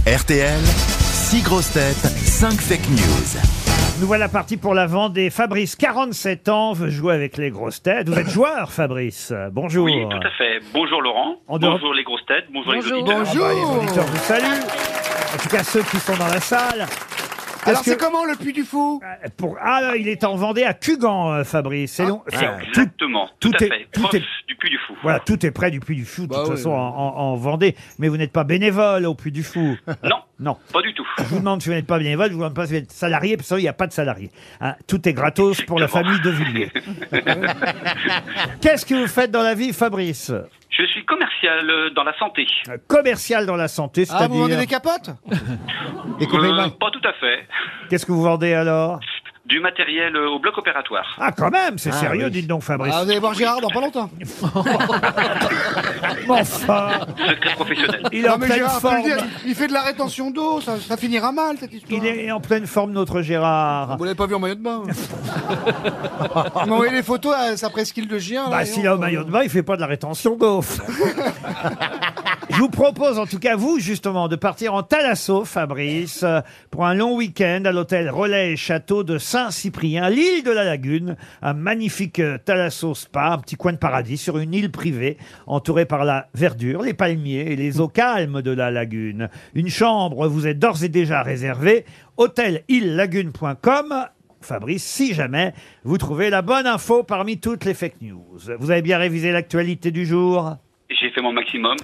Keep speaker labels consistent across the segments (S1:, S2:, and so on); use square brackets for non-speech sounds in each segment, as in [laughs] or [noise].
S1: RTL, 6 grosses têtes, 5 fake news.
S2: Nous voilà partis pour la Vendée. Fabrice, 47 ans, veut jouer avec les grosses têtes. Vous êtes joueur, Fabrice. Euh, Bonjour.
S3: Oui, tout à fait. Bonjour Laurent.
S2: En dehors-
S3: bonjour les grosses têtes. Bonjour, les auditeurs.
S4: Ah bah,
S2: Bonjour. les auditeurs vous saluent. En tout cas, ceux qui sont dans la salle.
S4: Alors
S2: Est-ce
S4: c'est
S2: que-
S4: comment le puits du fou
S2: euh, pour... Ah, il est en Vendée à Cugan, euh, Fabrice. C'est long. c'est- tout-
S3: Exactement.
S2: tout
S3: Tout, à
S2: est-
S3: fait.
S2: tout
S3: Proche
S2: est-
S3: du cul du fou.
S2: Voilà, tout est près du Puy du Fou, de
S4: Bah
S2: toute
S4: oui,
S2: façon,
S4: oui.
S2: en, en- en Vendée. Mais vous n'êtes pas bénévole au Puy du Fou.
S3: Non,
S2: Non.
S3: pas du tout.
S2: Je vous demande si vous n'êtes pas bénévole, je vous demande pas si vous êtes salarié, parce qu'il n'y a pas de salarié. Hein, tout est gratos pour la famille de Villiers.
S4: [laughs]
S2: Qu'est-ce que vous faites dans la vie, Fabrice
S3: Je suis commercial euh, dans la santé.
S2: Euh, Commercial dans la santé,
S4: Ah, vous vendez
S2: c'est-à-dire...
S4: des capotes
S2: [laughs] Et qu'on paye
S3: Euh,
S2: mal.
S3: pas tout à fait.
S2: Qu'est-ce que vous vendez alors
S3: Du matériel euh, au bloc opératoire.
S2: Ah, quand même, c'est sérieux,
S4: oui.
S2: dites donc, Fabrice.
S4: ah, Vous allez voir Gérard dans pas longtemps.
S2: Mais enfin,
S3: Secret professionnel.
S2: il est en
S4: Ah, mais
S2: pleine
S4: Gérard, faut le
S2: forme.
S4: dire, il- il fait de la rétention d'eau, ça, ça finira mal cette histoire.
S2: Il est en pleine forme, notre Gérard.
S4: Vous l'avez pas vu en maillot de bain hein.
S2: [laughs]
S4: Il m'a envoyé les photos euh, à sa presqu'île de Gien.
S2: Bah, s'il a au maillot de bain, il fait pas de la rétention gaufre. Je vous propose, en tout cas, vous, justement, de partir en Thalasso, Fabrice, euh, pour un long week-end à l'hôtel Relais et Château de Saint-Cyprien, l'île de la Lagune, un magnifique euh, Thalasso Spa, un petit coin de paradis sur une île privée, entourée par la verdure, les palmiers et les eaux calmes de la Lagune. Une chambre vous est d'ores et déjà réservée, hôtelillelagune.com, Fabrice, si jamais vous trouvez la bonne info parmi toutes les fake news. Vous avez bien révisé l'actualité du jour
S3: J'ai fait mon maximum.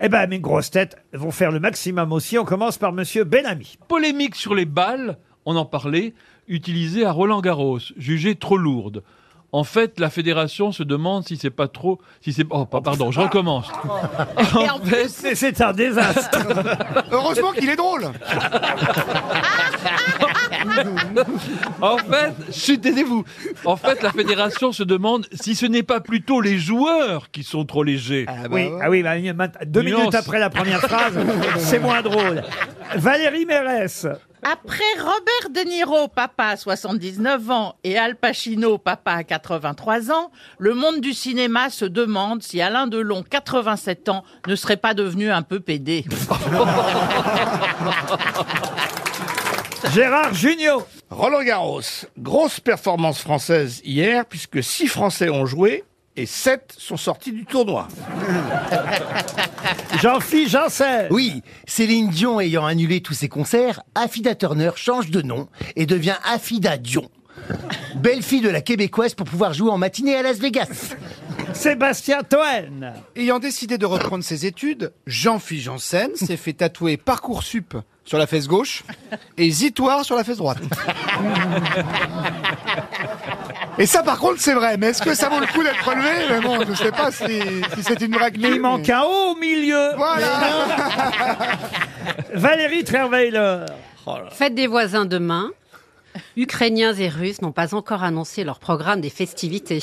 S2: Eh ben, mes grosses têtes vont faire le maximum aussi. On commence par Monsieur Bellamy.
S5: polémique sur les balles, on en parlait, utilisées à Roland Garros, jugée trop lourde. En fait, la fédération se demande si c'est pas trop, si c'est, oh, pa- pardon, je recommence. En fait,
S2: C'est- C'est un désastre.
S4: Heureusement qu'il est drôle.
S5: en fait, chut, taisez-vous. En fait, la fédération se demande si ce n'est pas plutôt les joueurs qui sont trop légers.
S2: oui, ah oui, bah, maintenant- deux
S5: Nuance.
S2: minutes après la première phrase, c'est moins drôle. Valérie Mérès.
S6: Après Robert De Niro, papa à 79 ans, et Al Pacino, papa à 83 ans, le monde du cinéma se demande si Alain Delon, 87 ans, ne serait pas devenu un peu pédé.
S2: Gérard Junior.
S7: Roland Garros, grosse performance française hier, puisque 6 Français ont joué et 7 sont sortis du tournoi.
S2: Jean-Philippe Janssen.
S8: Oui, Céline Dion ayant annulé tous ses concerts, Affida Turner change de nom et devient Affida Dion. Belle fille de la Québécoise pour pouvoir jouer en matinée à Las Vegas.
S2: Sébastien Toen.
S4: Ayant décidé de reprendre ses études, Jean-Philippe Janssen s'est fait tatouer Parcoursup sur la fesse gauche et Zitoire sur la fesse droite. Et ça, par contre, c'est vrai. Mais est-ce que ça vaut le coup d'être relevé Mais bon, je sais pas si, si c'est une règle.
S2: Mais il manque un haut au milieu.
S4: Voilà
S2: Valérie Trierweiler.
S9: Fête des voisins demain. Ukrainiens et Russes n'ont pas encore annoncé leur programme des festivités.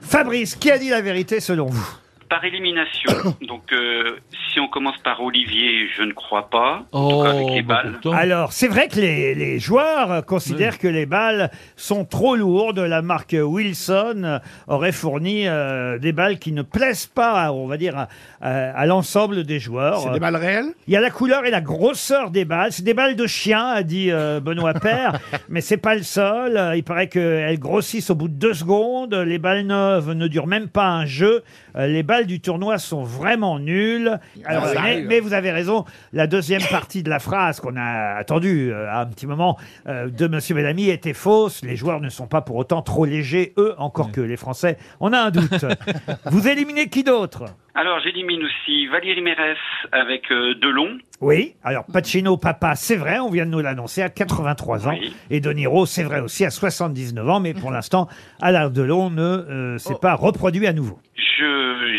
S2: Fabrice, qui a dit la vérité selon vous
S3: Par élimination.
S2: [coughs]
S3: Donc, euh, si on commence par Olivier, je ne crois pas. En tout
S5: Oh,
S3: cas, avec les
S5: bah,
S3: balles.
S5: pourtant.
S2: Alors, c'est vrai que les, les joueurs euh, considèrent que les balles sont trop lourdes. La marque Wilson euh, aurait fourni euh, des balles qui ne plaisent pas, on va dire, à, à- à l'ensemble des joueurs.
S7: C'est des balles réelles
S2: Il y a la couleur et la grosseur des balles. C'est des balles de chien, a dit euh, Benoît Père, mais c'est pas le seul. Euh, Il paraît qu'elles grossissent au bout de deux secondes. Les balles neuves ne durent même pas un jeu. Euh, Les balles du tournoi sont vraiment nulles. Alors,
S7: ça
S2: mais,
S7: arrive.
S2: mais vous avez raison. La deuxième partie de la phrase qu'on a attendue euh, à un petit moment euh, de Monsieur Bellamy était fausse. Les joueurs ne sont pas pour autant trop légers, eux, encore que les Français. On a
S7: [laughs]
S2: un doute. vous éliminez qui d'autre
S3: Alors, j'élimine aussi Valérie Mérès avec euh, Delon.
S2: Oui, alors Pacino Papa, c'est vrai, on vient de nous l'annoncer à 83 ans.
S3: Oui.
S2: Et De Niro, c'est vrai aussi à 79 ans, mais pour l'instant, Alain Delon ne euh,
S3: Oh.
S2: s'est pas reproduit à nouveau.
S3: Je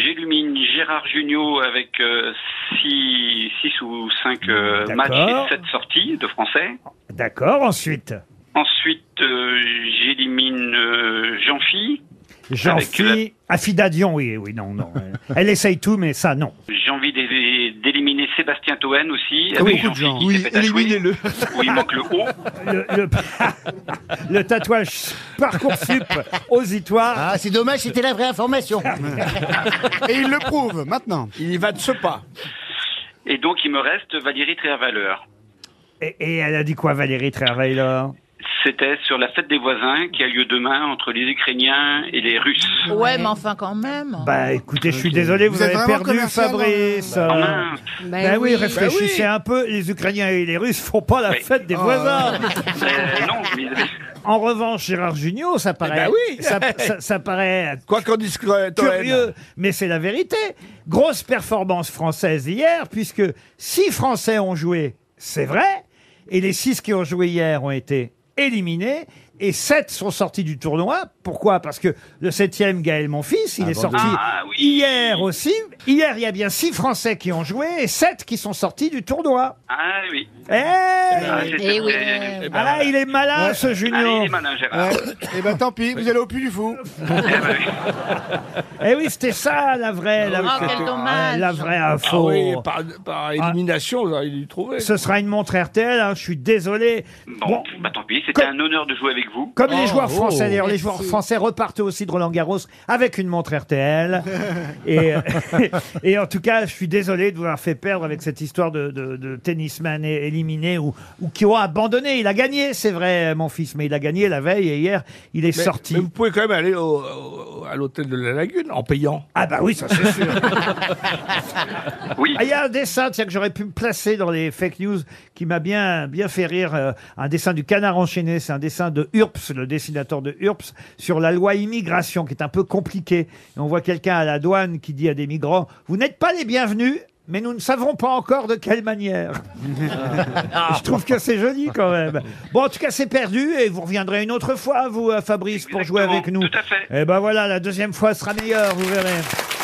S3: j'élimine Gérard Junior avec 6 ou 5
S2: D'accord.
S3: matchs et 7 sorties de français.
S2: D'accord, ensuite,
S3: Ensuite, euh, j'élimine euh, Jean-Phi.
S2: Jean-Philippe, Affida Dion, oui, oui, non,
S3: [laughs]
S2: non. Elle, elle essaye tout, mais ça, non.
S3: J'ai envie d'é- d'éliminer Sébastien Toen aussi.
S5: Comme
S3: avec
S5: beaucoup
S3: Jean-Phi
S5: de gens.
S3: qui
S5: Ah Oui,
S3: s'est fait tatouer,
S5: éliminez-le.
S3: Où il manque le haut.
S2: Le, le- [laughs] le tatouage Parcoursup aux Itoires.
S8: Ah, c'est dommage, c'était la vraie information.
S4: Et il le prouve maintenant.
S7: Il y va de ce pas.
S3: Et donc, il me reste Valérie Trierweiler.
S2: Et, et elle a dit quoi, Valérie Trierweiler
S3: C'était sur la fête des voisins qui a lieu demain entre les Ukrainiens et les Russes.
S6: Ouais, mais enfin quand même.
S2: Bah écoutez, je suis désolé, vous,
S4: Vous êtes
S2: avez
S4: vraiment
S2: perdu
S4: commercial, hein
S2: Fabrice.
S3: Ah,
S2: Euh,
S3: mince.
S9: Bah
S2: Ben oui,
S9: oui.
S2: réfléchissez un peu. Les Ukrainiens et les Russes font pas la
S3: Oui.
S2: fête des voisins.
S3: Euh, non, mais-
S2: En revanche, Gérard Jugnot, ça paraît,
S7: ben oui.
S2: ça, ça- ça paraît
S7: Quoi qu'on dise, Cohen.
S2: curieux, mais c'est la vérité. Grosse performance française hier, puisque six Français ont joué, c'est vrai, et les six qui ont joué hier ont été éliminés. Et sept sont sortis du tournoi. Pourquoi Parce que le septième, Gaël Monfils, il est sorti
S3: Ah, oui.
S2: hier aussi. Hier, il y a bien six Français qui ont joué et sept qui sont sortis du tournoi.
S3: Ah oui.
S2: Eh
S3: Ah, c'est-
S9: Eh oui.
S3: c'est-
S2: Ah là, il est malin,
S4: Ouais.
S2: ce
S3: Allez,
S2: Junior.
S3: les malins, Gérard.
S4: Ouais. Eh ben tant pis, vous allez au plus du fou.
S3: Eh ben oui.
S2: Eh oui, c'était ça, la vraie, la,
S6: Ah, quel dommage.
S2: la vraie info.
S7: Ah
S5: Oh.
S7: oui, par, par élimination, vous auriez dû trouver.
S2: Ce sera une montre RTL, hein, je suis désolé.
S3: Bon,
S2: Bon.
S3: bah tant pis, c'était
S2: Comme-
S3: un honneur de jouer avec vous.
S2: Comme les joueurs français, d'ailleurs, les
S9: Merci.
S2: joueurs français repartent aussi de Roland Garros avec une montre RTL. et, [laughs] euh, et en tout cas, je suis désolé de vous avoir fait perdre avec cette histoire de, de, de tennisman é- éliminé ou, ou qui ont abandonné. Il a gagné, c'est vrai, mon fils, mais il a gagné la veille et hier, il est
S7: Mais-
S2: sorti.
S7: mais vous pouvez quand même aller au- au- à l'hôtel de la Lagune en payant.
S2: Ah bah oui, ça c'est sûr.
S3: Oui.
S2: Ah, Il y a un dessin, tiens, que j'aurais pu me placer dans les fake news qui m'a bien, bien fait rire. euh, un dessin du canard enchaîné. C'est un dessin de Urps, le dessinateur de Urps, sur la loi immigration qui est un peu compliquée. Et on voit quelqu'un à la douane qui dit à des migrants, vous n'êtes pas les bienvenus. Mais nous ne savons pas encore de quelle manière. [laughs] Je trouve que c'est joli quand même. Bon, en tout cas, c'est perdu et vous reviendrez une autre fois, vous, euh, Fabrice, pour jouer
S3: Exactement,
S2: avec nous.
S3: Tout à fait.
S2: Et ben voilà, la deuxième fois sera meilleure, vous verrez.